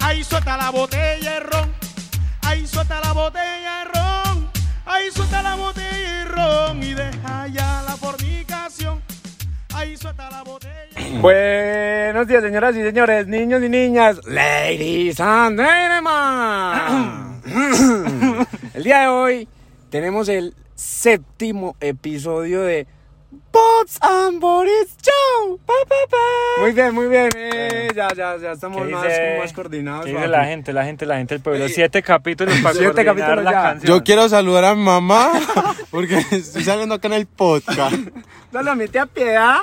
Ahí suelta la botella de ron. Ahí suelta la botella de ron. Ahí suelta la botella de ron. Y deja ya la fornicación. Ahí suelta la botella. Buenos días, señoras y señores, niños y niñas, ladies and gentlemen. el día de hoy tenemos el séptimo episodio de Bots and Boris Show. Pa, pa, pa. Muy bien, muy bien. eh, ya, ya, ya estamos ¿Qué más, dice- más coordinados. ¿Qué dice papi. la gente, la gente, la gente del pueblo. Siete capítulos para Siete coordinar capítulos la ya. canción. Yo quiero saludar a mi mamá porque estoy saliendo acá en el podcast. Dale a mi tía Piedad,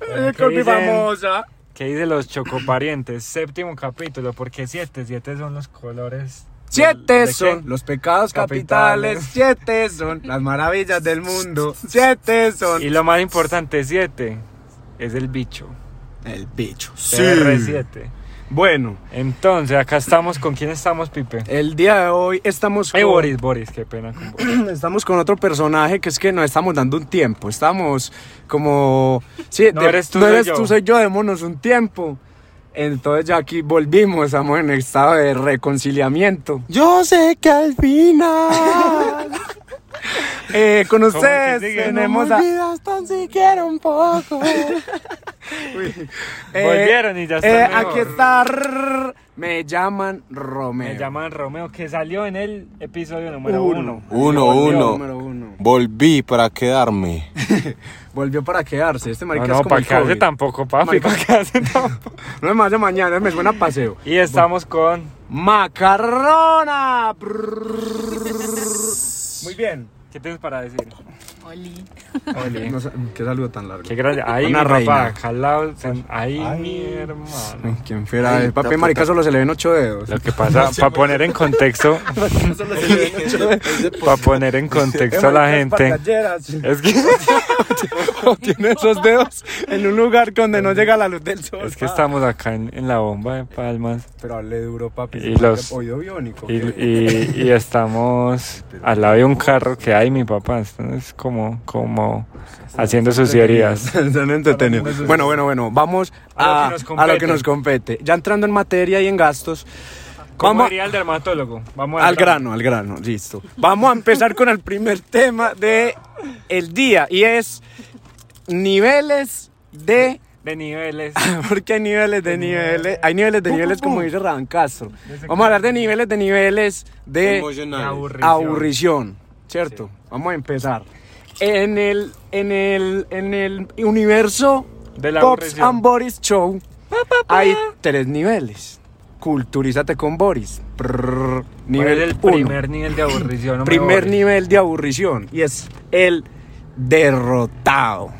eh, ¿qué con mi dicen? famosa. ¿Qué dice los chocoparientes? Séptimo capítulo, porque siete, siete son los colores. del- ¿de Siete qué? son los pecados capitales, Capitales. siete son las maravillas del mundo, siete son Y lo más importante, siete, es el bicho. el bicho. CR7. Bueno, Entonces, acá estamos. ¿Con quién estamos, Pipe? el día de hoy estamos Ay, con, Boris, Boris, qué pena con Boris. estamos con otro personaje que es que nos estamos dando un tiempo, estamos como sí, No de- eres tú, no soy eres yo. tú, soy yo, démonos un tiempo. Entonces ya aquí volvimos, estamos en estado de reconciliamiento. Yo sé que al final Eh, con que ustedes sigue? tenemos no a me olvidas tan siquiera un poco. Volvieron y ya están eh, mejor. Aquí está. rrr, Me llaman Romeo. Me llaman Romeo, que salió en el episodio número Uno. uno. Uno, Volvió, uno. número uno. Volví para quedarme. Volvió para quedarse. Este No, marica es no, como para el que hace COVID. tampoco, papi, Marica. para que hace tampoco. No me vaya mañana, me suena a paseo. Y estamos con Macarrona. Muy bien. ¿Qué tienes para decir? Oli. Oli. No sé, qué saludo tan largo. Qué grande. Ahí, Una mi papá, reina. calado. sen- Ahí, mi hermano. Ay, ¿Quién fuera? Ay, el papel tapota. marica solo se le ven ocho dedos. Lo que pasa, para poner en contexto, para poner en contexto a la gente, es que, Tiene esos dedos en un lugar donde no llega la luz del sol. es que estamos acá en, en la bomba de palmas Pero hable duro, papi. Y los- Oído biónico. y, ¿qué? y- y estamos al lado de un carro que hay mi papá. Entonces, como, como haciendo sus hierías. Son entretenidos. Bueno, bueno, bueno, vamos A a, lo que nos a lo que compete. nos compete. Ya entrando en materia y en gastos, ¿Cómo vamos diría el dermatólogo? Vamos al grano, al grano, listo. Vamos a empezar con el primer tema de el día y es niveles de De niveles. porque hay niveles de niveles, hay niveles de niveles como dice Raban Castro. Vamos a hablar de niveles de niveles de Emocional. aburrición, ¿cierto? Vamos a empezar. En el en el en el universo De la Pops aburrición. and Boris Show hay tres niveles. Culturízate con Boris. Prrr, nivel el uno. primer nivel de aburrición. hombre, Primer Boris. nivel de aburrición y es el derrotado.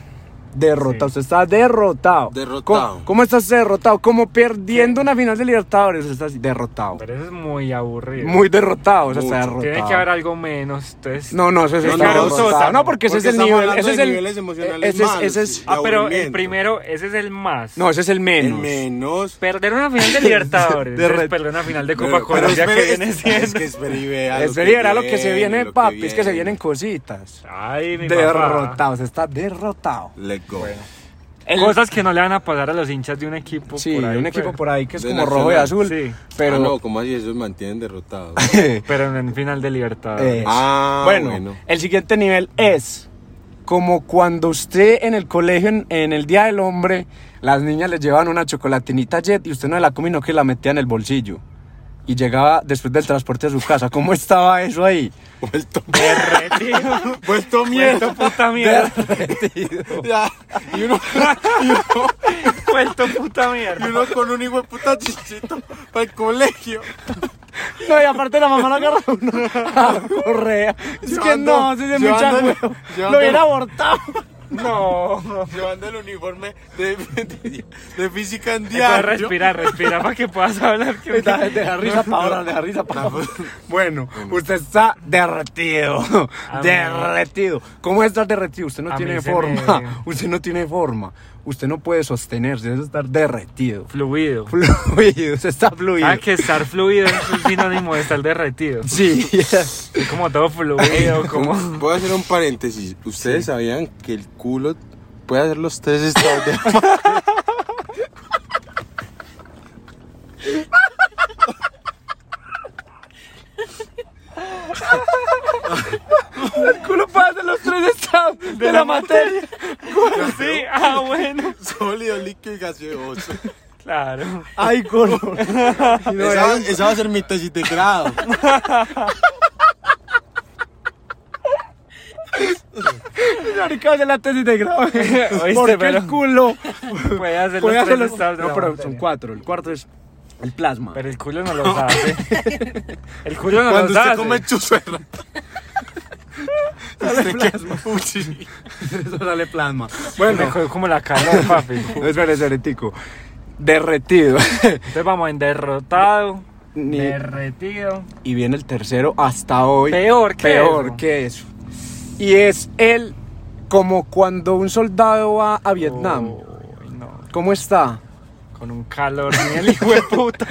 Derrotado, usted está derrotado. Derrotado. ¿Cómo, cómo estás derrotado? Como perdiendo una final de Libertadores, usted está así, derrotado. Pero eso es muy aburrido. Muy derrotado, o sea, Mucho. está derrotado. Tiene que haber algo menos. Entonces, No, no, eso es No, está no, derrotado. Sosa, No, porque ese porque es el estamos nivel, hablando ese es de el niveles emocionales ese es- malos, ese es- sí. Ah, pero el aburrimiento. primero, ese es el más. no, ese es el El menos. menos. Perder una final de Libertadores. De re- es perder una final de Copa Pero- pero Colombia que espere, viene siendo. Es que espere y vea. Es verá lo que se viene, lo que papi, es que se viene. vienen cositas. Ay, mi papá. Derrotado, se está derrotado. Let go. Ah, El- Cosas que no le van a pasar a los hinchas de un equipo. Sí, por ahí, un equipo pues. por ahí que es De como rojo y azul. Nacional, sí. Pero Ah, no, como así ellos mantienen derrotados. Pero en el final de Libertadores. Eh, Ah, bueno, bueno. el siguiente nivel es como cuando usted en el colegio, en, en el Día del Hombre, las niñas les llevaban una chocolatinita jet y usted no la comía, sino que la metía en el bolsillo. Y llegaba después del transporte a su casa. ¿Cómo estaba eso ahí? Vuelto, Qué re, tío. vuelto Vuelto mierda. puta mierda. Ya. Y uno, Vuelto puta y mierda. uno con un hijo de puta chichito para el colegio. No, y aparte la mamá la agarra uno. Ah, correa. Es que no, Llevando- se me mucha llevando- huevo. Lo llevando- hubiera abortado. No. Llevando el uniforme de, de- de física en Puedes diario. respirar, respira para que puedas hablar. Que Deja risa para ahora, deja risa para ahora. pues, Bueno, usted está derretido. A mí- derretido. ¿Cómo estás derretido? Usted no A tiene mí se forma. me- Usted no tiene forma. Usted no puede sostenerse. Debe estar derretido. Fluido. Fluido. Usted está fluido. Ah, que estar fluido es un sinónimo de estar derretido. Sí. Es como todo fluido, pues, como. Voy a hacer un paréntesis. ¿Ustedes sabían que el culo puede hacer los tres estados de de la materia. sí, ah, bueno. Sólido, líquido y gaseoso. Claro. Ay, gordo. esa, esa va a ser mi tesis de grado. Marica, de la tesis de grado. Oíste, Porque el pero- culo. Puede hacer Puede los tres hacerlo. estados de No, la pero materia. son cuatro. El cuarto es el plasma. Pero el culo no lo sabe. El culo no Cuando lo usted sabe. come chuzuela. usted que- Uy, sí. Eso sale plasma. Me Bueno, cogió como la calor, papi. espere, espéretico. Derretido. Entonces vamos en derrotado, Ni- derretido. y viene el tercero hasta hoy. Peor que Peor eso. que eso. Y es el como cuando un soldado va a Vietnam. Uy, no. ¿Cómo está? Con un calor ni el hijo de puta.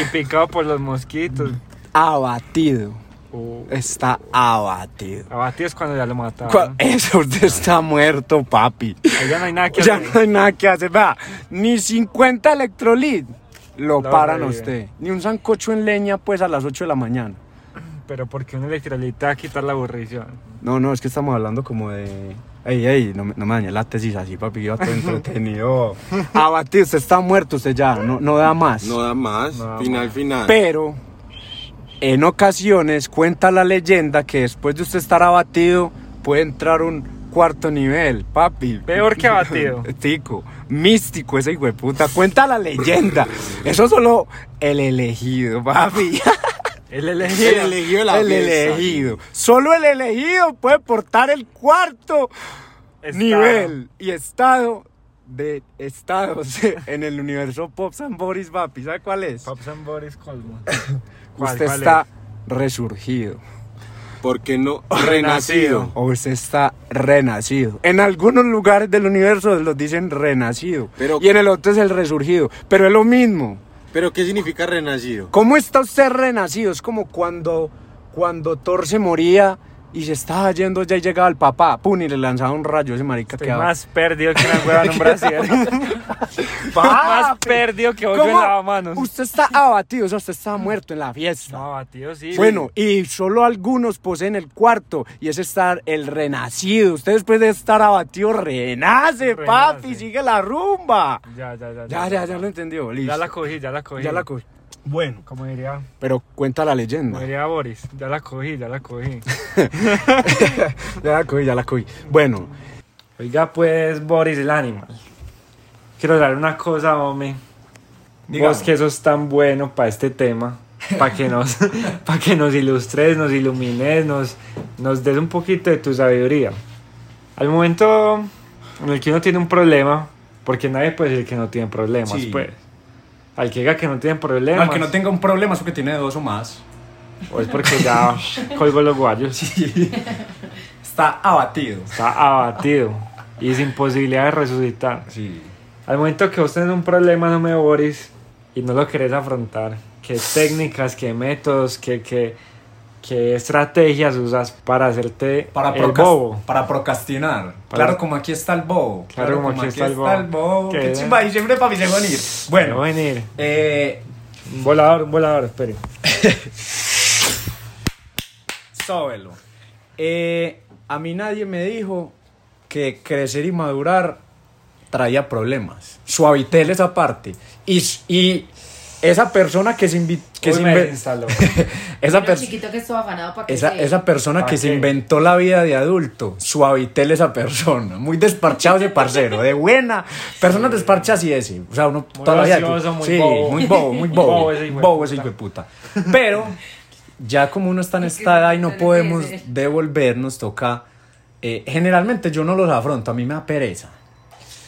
Y picado por los mosquitos. Abatido. Oh. Está abatido. Abatido es cuando ya lo mataron. Cua- Eso usted está muerto, papi. Ahí ya no hay nada que Ya hacer. no hay nada que hacer. Va, ni 50 electrolit lo, Lo paran a reviven. usted. Ni un sancocho en leña, pues a las 8 de la mañana. Pero porque un electrolita va a quitar la aburrición. No, no, es que estamos hablando como de. Ey, ey, no, me- no me dañé la tesis así, papi. Yo todo entretenido. Abatido, usted está muerto, usted ya. No, no da más. No da más. No da final, final. Pero en ocasiones cuenta la leyenda que después de usted estar abatido puede entrar un cuarto nivel, papi. Peor que abatido. Tico, místico ese hijo de puta. Cuenta la leyenda. Eso solo el elegido, papi. El el elegido. elegido de la el fiesta. elegido. Solo el elegido puede portar el cuarto Estado. nivel y estado de estados en el universo Pop San Boris, papi. ¿Sabe cuál es? Pops and Boris Colman. ¿Cuál, Usted cuál está es? resurgido. ¿Por qué no? Renacido. O usted está renacido. En algunos lugares del universo los dicen renacido. Pero- y en el otro es el resurgido. Pero es lo mismo. ¿Pero qué significa renacido? ¿Cómo está usted renacido? Es como cuando, cuando Thor se moría y se estaba yendo ya y llegaba el papá. Pum, y le lanzaba un rayo ese marica Estoy que más perdido que una hueva en un brasier. más perdido que hoyo en lavamanos. Usted está abatido, o sea, usted está muerto en la fiesta. No, abatido sí. Bueno, y solo algunos poseen el cuarto, y es estar el renacido. Usted después de estar abatido, renace, Renace. papi, sigue la rumba. Ya, ya, ya. Ya, ya, ya lo entendió, listo. Ya la cogí, ya la cogí. Ya la cogí. Bueno. Como diría, Pero cuenta la leyenda. como diría Boris, ya la cogí, ya la cogí. ya la cogí, ya la cogí. Bueno, Oiga, pues, Boris el animal. Quiero hablar una cosa, hombre. Dígame. Vos que sos tan bueno para este tema, para que nos, para que nos ilustres, nos ilumines, nos, nos des un poquito de tu sabiduría. Al momento en el que uno tiene un problema, porque nadie puede decir que no tiene problemas, Sí. pues. Al que diga que no tiene problemas, tenga un problema es porque tiene dos o más. o es porque ya colgó los guayos, Está abatido. está abatido y sin posibilidad de resucitar. Sí. Al momento que vos tenés un problema, no me Boris, y no lo querés afrontar, ¿qué técnicas, qué métodos, qué, qué, qué estrategias usas para hacerte el procras- bobo? para procrastinar. Para- como aquí está el bobo. Claro, como aquí está el bobo. Que- Qué chimba, y siempre papi se van a ir. Bueno, Bueno, venir. eh, Un volador, un volador, espere. sóbelo. Eh, a mí nadie me dijo que crecer y madurar traía problemas. Suavitel esa parte. Y, s- y esa persona que se, invi- que Uy, se me inve- instaló. esa Pero persona... chiquito que estuvo afanado para que Esa, se- esa persona ¿Pa que se qué? inventó la vida de adulto, suavitel esa persona, muy desparchado ese parcero, de buena, personas desparchas y ese, o sea, uno Muy toda la vida- ocioso, muy sí, bobo. muy bobo, muy Muy bobo, bobo ese hijo de bobo ese puta. hijo de puta. Pero ya como uno está en Es que esta edad y se no le podemos puede ser. devolvernos, toca, eh, generalmente yo no los afronto, a mí me da pereza.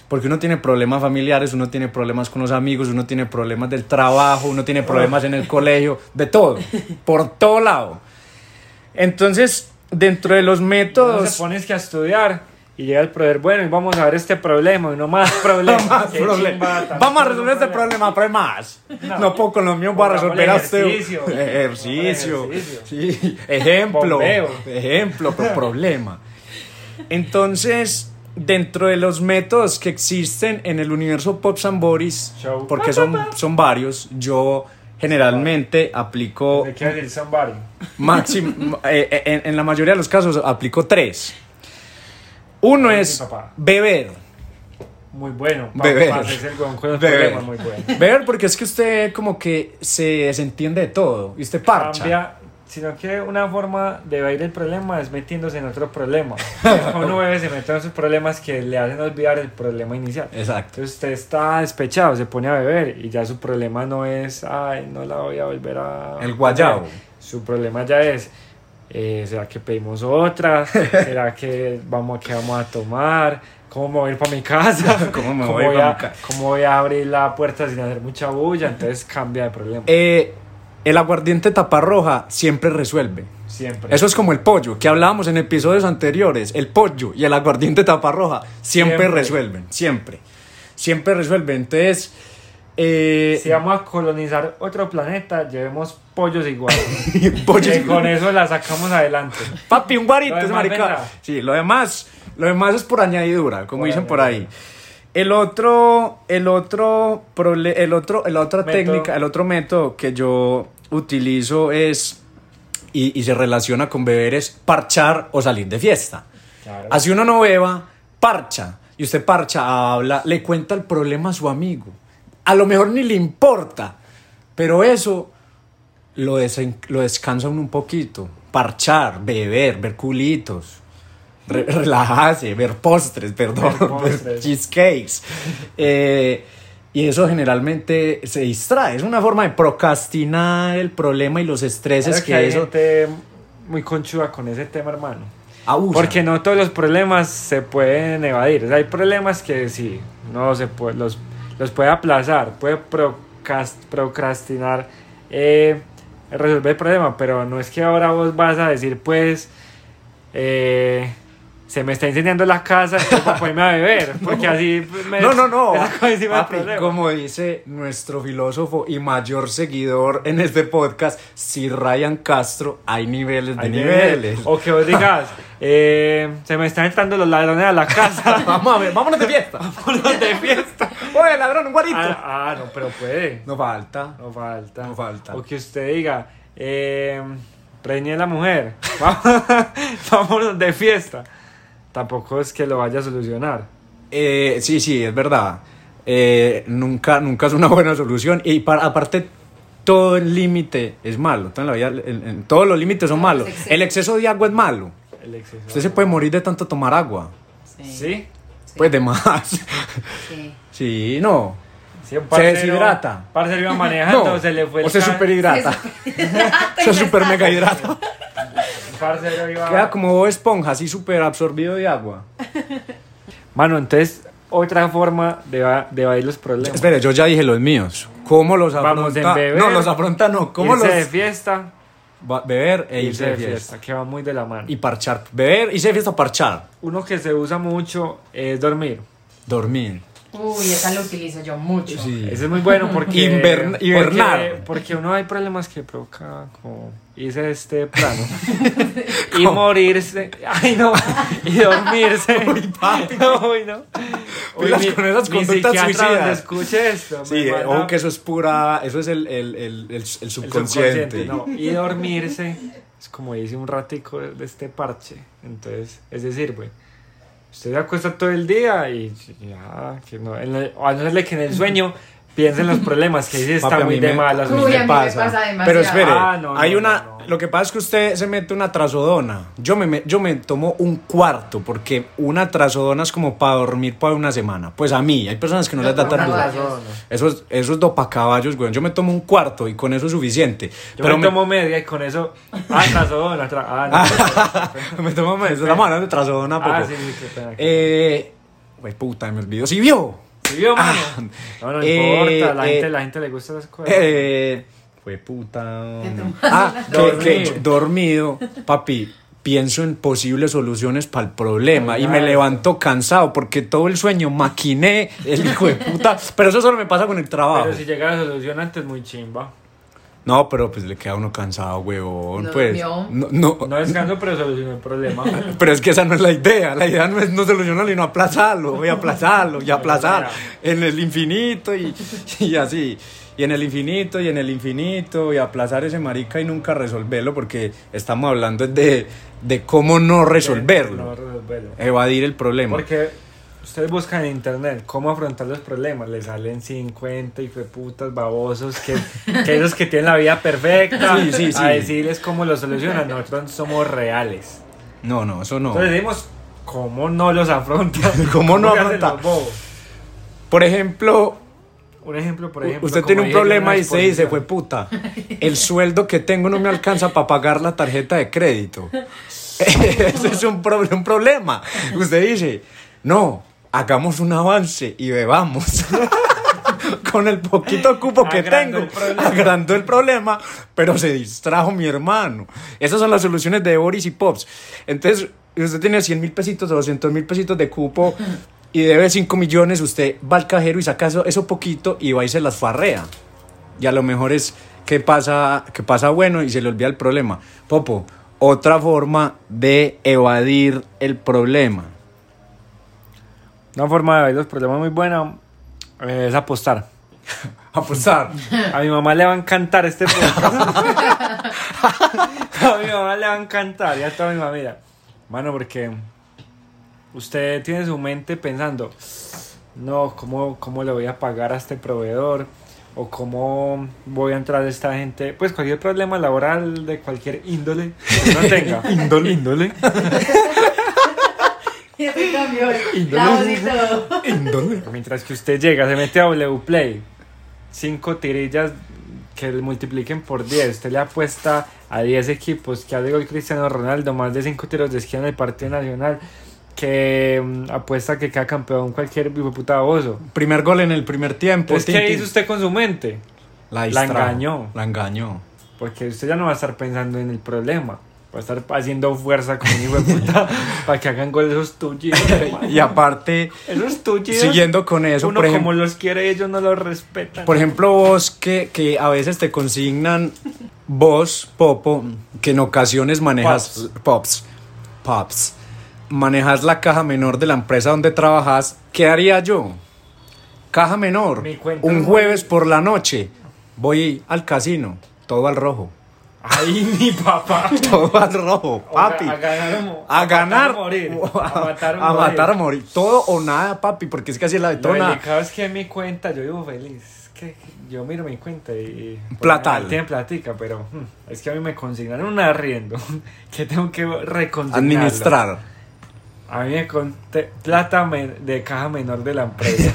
Porque uno tiene problemas familiares, uno tiene problemas con los amigos, uno tiene problemas del trabajo, uno tiene problemas en el colegio, de todo, por todo lado. Entonces, dentro de los Todos se métodos, pones que a estudiar y llega el proveer, bueno, y vamos a ver este problema, y no más problemas. más Qué problema. chimba, tan vamos a solo resolver este problema, pero hay más. No, No. puedo con los míos, voy a Pongámosle resolver a usted. ejercicio. Ejercicio. Pongámosle ejercicio. Sí, ejemplo. Bombeo. Ejemplo, pero problema. Entonces, dentro de los métodos que existen en el universo Pop San Boris, Show. porque son, son varios, yo generalmente aplico ¿De qué decir somebody? máximo, eh, eh, en, en la mayoría de los casos aplico tres. Uno Ay, es mi papá. beber. Muy bueno. Pa- Beber. pa- es el con- con los Beber. problemas, muy bueno. Beber porque es que usted como que se desentiende de todo y usted parcha. Cambia, sino que una forma de evadir el problema es metiéndose en otro problema. Cuando Uno bebe se mete en esos problemas que le hacen olvidar el problema inicial. Exacto. Entonces usted está despechado, se pone a beber y ya su problema no es, ay, no la voy a volver a... El guayabo. Su problema ya es, eh, ¿será que pedimos otra? ¿Será que vamos, qué vamos a tomar? ¿Cómo me voy a ir para mi casa? ¿Cómo me voy pa' a, mi casa? ¿Cómo voy a abrir la puerta sin hacer mucha bulla? Entonces cambia de problema. Eh, el aguardiente taparroja siempre resuelve. Siempre. Eso es como el pollo, que hablábamos en episodios anteriores. El pollo y el aguardiente taparroja siempre, Siempre. resuelven, siempre. Siempre resuelven. Entonces, eh, Si vamos a colonizar otro planeta, llevemos pollos iguales. pollo- Que con eso la sacamos adelante. Papi, un guarito, Lo es demás marica. vendrá. Sí, lo demás, lo demás es por añadidura, como Por dicen por ahí. añadidura. El otro, el otro, prole- el otro, la otra Método. técnica, el otro método que yo utilizo es y, y se relaciona con beber es parchar o salir de fiesta. Claro. Así uno no beba, parcha. Y usted parcha, habla, le cuenta el problema a su amigo. A lo mejor ni le importa, pero eso lo, desen- lo descansa uno un poquito. Parchar, beber, ver culitos, re- relajarse, ver postres, perdón, Ver postres. ver cheesecakes. Eh, y eso generalmente se distrae. Es una forma de procrastinar el problema y los Creo estreses que, que, hay eso gente muy conchuda con ese tema, hermano. abusa. Porque no todos los problemas se pueden evadir. O sea, hay problemas que sí, no se puede, los, los puede aplazar, puede procras- procrastinar, eh, resolver el problema, pero no es que ahora vos vas a decir, pues, eh, se me está incendiando la casa, entonces voy a ponerme a beber, porque así pues, me, No, no, no. me saco encima del Papi, problema. como dice nuestro filósofo y mayor seguidor en este podcast, si Ryan Castro, hay niveles de Hay niveles. O que vos digas, eh, se me están entrando los ladrones a la casa. Vamos a ver, vámonos de fiesta. vámonos de fiesta. Oye, ladrón, un guarito. ah, ah, no, pero puede. No falta. No falta. No falta. O que usted diga, eh, preñé a la mujer, va- vámonos de fiesta. Tampoco es que lo vaya a solucionar. Eh, sí, sí, es verdad. Eh, nunca, nunca es una buena solución. Y para, aparte, todo el límite es malo. Todo en la vida, en- en- todos los límites son malos. exceso. El exceso de agua es malo. El exceso. Usted se puede morir de tanto tomar agua. Sí, sí, Pues de más. sí. Sí, no. sí, un parcero- deshidrata. Parcero iba manejando, No, Ah, se le fue el o se ca- superhidrata. Hidrata y Se ya super está. mega hidrata. un parcero iba- Queda como Bob esponja, así super absorbido de agua. Mano, entonces, otra forma de, va- de evadir los problemas. Espere, yo ya dije los míos. ¿Cómo los Vamos afronta? en beber. No, los afronta no. ¿Cómo irse los de fiesta, Va- beber e irse, irse de fiesta? que va muy de la mano. Y parchar. Beber, irse de fiesta, parchar. Uno que se usa mucho es dormir. Dormir. Uy, esa la utilizo yo mucho. Sí. Ese es muy bueno porque. Invern- hibernar. Porque, porque uno hay problemas que provoca como irse de este plano. y morirse. Ay, no. Y dormirse. Uy, papi. Uy, no. Pilas con esas mi conductas psiquiatra suicidas. donde escuche esto. Sí, me eh, manda ojo que eso es pura. Eso es el, el- el- el- el el subconsciente. no. Y dormirse es como dice un ratico de de este parche. Entonces, es decir, güey. Usted se acuesta todo el día y ya, que no, en el- o a no serle que en el sueño piense en los problemas, que ahí sí está Papi, a muy mí de me- malas. Uy, mi a mí jefe. me pasa demasiado. Pero espere, Ah, no, hay no, una. no, no. Lo que pasa es que usted se mete una trazodona. Yo me, me- yo me tomo un cuarto, porque una trazodona es como para dormir para una semana. Pues a mí, hay personas que no Yo les da tomo tan una duro. trazodona. Eso es, eso es dopa caballos, güey. Yo me tomo un cuarto y con eso es suficiente. Yo pero me tomo media y con eso. Ah, trazodona, tra- ah, no, me tomo menos de la mano de trazodona. Ah, poco. sí, sí, qué pena, Eh. Güey, puta, me olvidó. ¡Sí vio! ¿Sí vio, mano? Ah, no, no eh, importa, la, eh, gente, la gente le gusta las cosas. Eh, fue puta. tomaste Ah, la- que, que yo- Dormido. dormido, papi. Pienso en posibles soluciones para el problema y me Claro. levanto cansado porque todo el sueño maquiné el hijo de puta. Pero eso solo me pasa con el trabajo. Pero si llega la solución antes, muy chimba. No, pero pues le queda uno cansado, huevón. No pues durmió. no, no. No descanso, pero solucionó el problema. Pero es que esa no es la idea. La idea no es no solucionarlo, sino aplazarlo, y aplazarlo, y aplazar en el infinito y, y así. Y en el infinito, y en el infinito, y aplazar ese marica y nunca resolverlo, porque estamos hablando de, de cómo no resolverlo. No, resolverlo. Evadir el problema. Porque ustedes buscan en internet cómo afrontar los problemas, les salen 50 y putas babosos, que, que esos que tienen la vida perfecta, Sí, sí, sí. a decirles cómo lo solucionan. Nosotros somos reales. No, no, eso no. Entonces decimos, ¿cómo no los afronta? ¿Cómo no se hacen afronta? los bobos? Por ejemplo, Un ejemplo, por ejemplo. usted como tiene un dije, problema una y se dice, exposición. fue puta, el sueldo que tengo no me alcanza para pagar la tarjeta de crédito. Eso es un, pro- un problema. Usted dice, no, hagamos un avance y bebamos. Con el poquito cupo que Agrando tengo, el problema. agrandó el problema, pero se distrajo mi hermano. Esas son las soluciones de Boris y Pops. Entonces, usted tiene 100 mil pesitos o 200 mil pesitos de cupo y debe 5 millones, usted va al cajero y saca eso, eso poquito y va y se las farrea. Y a lo mejor es que pasa, que pasa bueno y se le olvida el problema. Popo, otra forma de evadir el problema. Una forma de ver los problemas muy buena eh, es apostar. Apostar. A mi mamá le va a encantar este podcast. a mi mamá le va a encantar. Ya está mi mamá, mira. Mano, porque usted tiene su mente pensando, no, ¿cómo, cómo le voy a pagar a este proveedor? O cómo voy a entrar a esta gente. Pues cualquier problema laboral de cualquier índole que uno tenga. índole. Índole. Y así cambió la voz y todo. Mientras que usted llega, se mete a W Play, cinco tirillas que le multipliquen por 10. Usted le apuesta a 10 equipos que hace gol Cristiano Ronaldo, más de cinco tiros de esquina en el Partido Nacional, que mm, apuesta que queda campeón cualquier puta oso. Primer gol en el primer tiempo. Pues, tin, ¿qué tin. hizo usted con su mente? La, La distrajo. engañó. La engañó. Porque usted ya no va a estar pensando en el problema. Va a estar haciendo fuerza con un hijo de puta para que hagan goles esos tullidos. hermano. Y aparte, Esos tullidos. siguiendo con eso, uno por ejemplo, como los quiere, ellos no los respetan. por ejemplo, vos que, que a veces te consignan, vos, Popo, que en ocasiones manejas Pops. Pops. Manejas la caja menor de la empresa donde trabajas, ¿qué haría yo? Caja menor, Mi cuenta un no- jueves por la noche, voy al casino, todo al rojo, Ay, mi papá. todo al rojo, O sea, papi. a ganar. o mo- A ganar. matar o morir. o A matar. o a morir. matar o morir. Todo o nada, papi, porque es que así es la de Lo todo o nada. delicado es que en mi cuenta yo vivo feliz. Que que yo miro mi cuenta y. y- Platal. Tiene platica, pero hmm, es que a mí me consignaron un arriendo que tengo que reconsignar. Administrar. A mí me conté plata men- de caja menor de la empresa.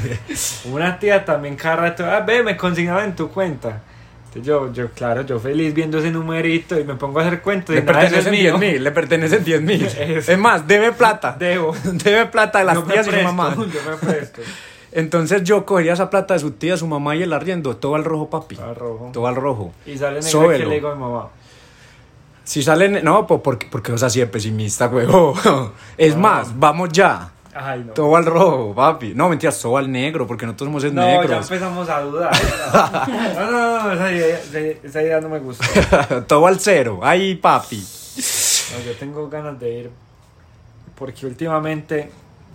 Una tía también cada rato, ah, ve, me consignaba en tu cuenta. Entonces yo, yo, claro, yo feliz viendo ese numerito y me pongo a hacer cuentas. y Le nada, eso es pertenecen 10 mío. mil, le pertenecen 10 mil. Eso. Es más, debe plata. Debo. Debe plata de las Yo me tías y su presto, mamá. Yo me presto. Entonces yo cogería esa plata de su tía, su mamá y el arriendo, todo al rojo, papi. Todo al rojo. Todo al rojo. Y sale negra que Sóbelo. le digo a mi mamá. Si salen, no, pues porque, porque sos así de pesimista, huevo. Es más, vamos ya. Ay, no. Todo al rojo, papi. No, mentiras, todo al negro, porque nosotros somos No, ya negros. empezamos a dudar. No, no, no, esa idea, esa- esa idea no me gusta. todo al cero. Ahí, papi. No, yo tengo ganas de ir. Porque últimamente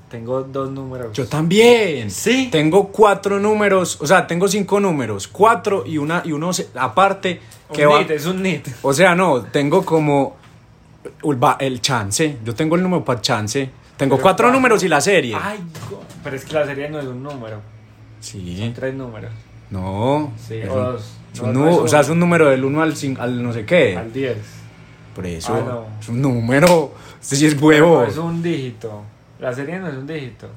tengo dos números. Yo también. Sí. Tengo cuatro números, o sea, tengo cinco números, cuatro y una y uno se- aparte que un va. nit, es un nit. O sea, no, tengo como ulva- el chance. Yo tengo el número para chance. Tengo Pero cuatro ¿cuál? números y la serie. Ay, go- pero es que la serie no es un número. Sí. Tres números. No. Sí, es o un- dos. es No, un no nu- es o uno. sea, es un número del uno al, cin- al no sé qué. Al 10. Por eso. Ah, no. Es un número. Este sí es huevo. No, es un dígito. La serie no es un dígito.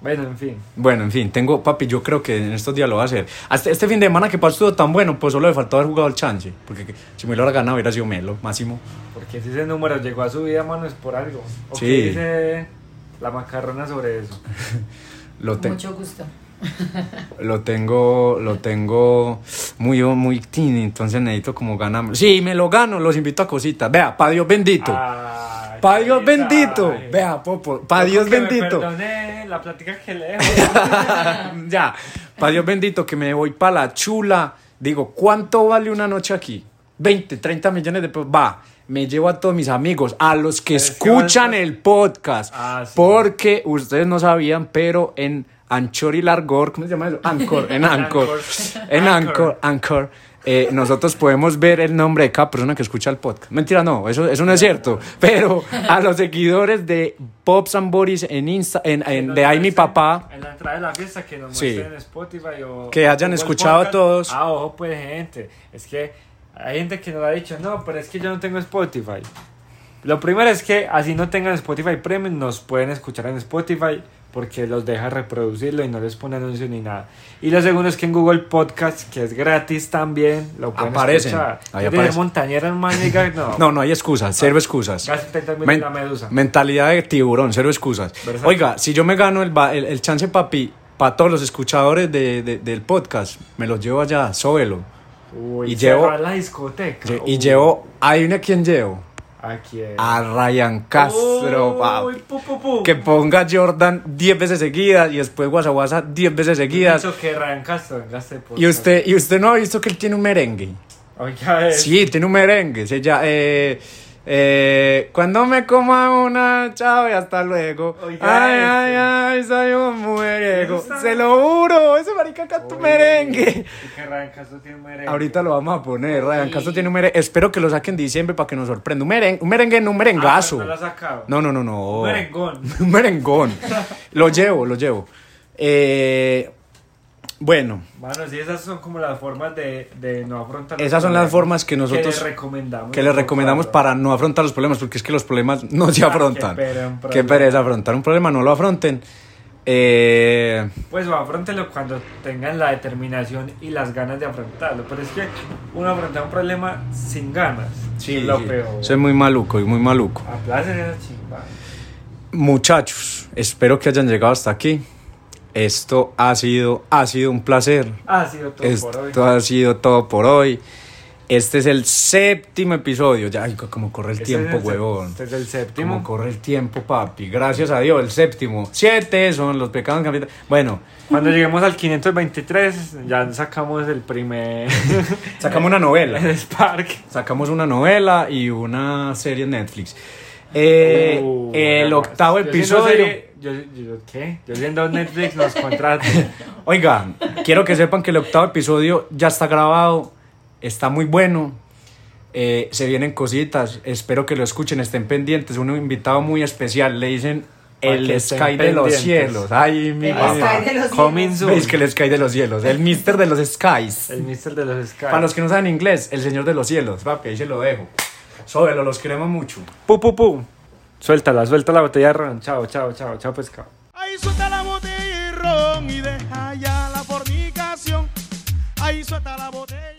Bueno, en fin. Bueno, en fin, tengo, papi, yo creo que en estos días lo va a hacer. Hasta este fin de semana que pasó estuvo tan bueno, pues solo le faltó haber jugado el chance. Porque que- si me lo hubiera ganado, hubiera sido Melo, máximo. Porque si ese número llegó a su vida, mano, es por algo. ¿O Sí. qué dice la macarrona sobre eso? Lo, te- Mucho gusto. lo tengo, lo tengo muy, muy tini, entonces necesito como ganarme. Sí, me lo gano, los invito a cositas. Vea, pa' Dios bendito. Ah, Ay, pa' Dios ay. bendito. Ay. Vea, Popo, pa' Yo Dios creo que me bendito. perdoné la plática que le dejo. ya, para Dios bendito que me voy para la chula. Digo, ¿cuánto vale una noche aquí? 20, 30 millones de pesos. Va, me llevo a todos mis amigos, a los que Pero es que escuchan vas a- el podcast. Ah, sí. Porque ustedes no sabían, pero en Anchor y Largor, ¿cómo se llama eso? Anchor, en Anchor. Anchor. en Anchor, Anchor. Anchor. eh, nosotros podemos ver el nombre de cada persona que escucha el podcast. Mentira, no, eso, eso no es cierto. Pero a los seguidores de Pops and Boris en Insta, en, en- de ¿eh? Ay Mi Papá, En la entrada de la fiesta que nos Sí. muestren en Spotify o. Que hayan o el escuchado podcast. todos. Ah, ojo, pues, gente. Es que hay gente que nos ha dicho, no, pero es que yo no tengo Spotify. Lo primero es que así no tengan Spotify Premium, nos pueden escuchar en Spotify porque los deja reproducirlo y no les pone anuncio ni nada. Y lo segundo es que en Google Podcast, que es gratis también, lo pueden Aparecen. escuchar. Ahí Tiene aparecen. montañera en Maniga, no. no, no hay excusas, cero excusas. Casi te termina Men- la medusa. mentalidad de tiburón, cero excusas. Versátil. Oiga, si yo me gano el, ba- el, el chance, papi, para todos los escuchadores de- de- del podcast, me los llevo allá, sóbelo. Uy, y llevo- cerrar la discoteca. Y Uy. llevo, hay una quien llevo, ¿A quién? a Ryan Castro, Uy, papi. pu, pu, pu. que ponga Jordan 10 veces seguidas y después Guasa Guasa 10 veces seguidas. Eso que Ryan Castro vengaste por- Y usted, y usted no ha visto que él tiene un merengue. Oiga, eh, Sí, tiene un merengue. Se llama, eh, eh, cuando me coma una, chao y hasta luego. Oiga, ay, ay, este. ay, soy un mujeriego. gusta? Se lo juro, ese marica canta un Uy, merengue. y que Ryan Castro tiene un merengue. Ah, Ahorita lo vamos a poner, Ryan Sí. Castro tiene un merengue. Espero que lo saquen en diciembre para que nos sorprenda. Un merengue, un merengue, no un Ah, merengazo. pero no lo ha sacado. No, no, no, no. Un merengón. Un merengón. lo llevo, lo llevo. Eh, bueno, Mano, sí, esas son como las formas de, de no afrontar. los Esas son las problemas formas que nosotros- Que le recomendamos. que les recomendamos para no afrontar los problemas, porque es que los problemas no se Ah, afrontan. qué pere- un problema. Qué pereza afrontar un problema, no lo afronten. Eh, Pues afrontenlo cuando tengan la determinación y las ganas de afrontarlo. Pero es que uno afronta un problema sin ganas. es lo peor. Soy muy maluco y muy maluco. Aplacen esa chimba. Muchachos, espero que hayan llegado hasta aquí. Esto ha sido, ha sido un placer. Ha sido todo Esto Ah, por hoy. ha sido todo por hoy. Este es el séptimo episodio. Ya, ay, como corre el Este es tiempo, el- huevón. Este es el Como séptimo. corre el tiempo, papi. Gracias a Dios, el séptimo. Siete son los pecados capitales. Bueno, Cuando lleguemos al 523, ya sacamos el primer sacamos una novela. Spark. Sacamos una novela y una serie en Netflix. Eh, Uh, el nada más. octavo Yo siendo episodio. serie- Yo, yo- ¿Qué? Yo siendo Netflix los contratos. Oigan, quiero que sepan que el octavo episodio ya está grabado, está muy bueno, eh, se vienen cositas, espero que lo escuchen, estén pendientes, un invitado muy especial, le dicen Pa' el que estén Sky de los pendientes. cielos, ay mi El papá. Sky de los Coming cielos. soon. Veis que el Sky de los cielos, el Mister de los Skies. El mister de los Sky. Para los que no saben inglés, el Señor de los cielos, papi, ahí se lo dejo. Sóbelo, los queremos mucho. Pu, pu, pu. Suéltala, suelta la botella de ron. Chao, chao, chao, chao, pescado. Ahí suelta la botella y ron y deja ya la fornicación. Ahí suelta la botella.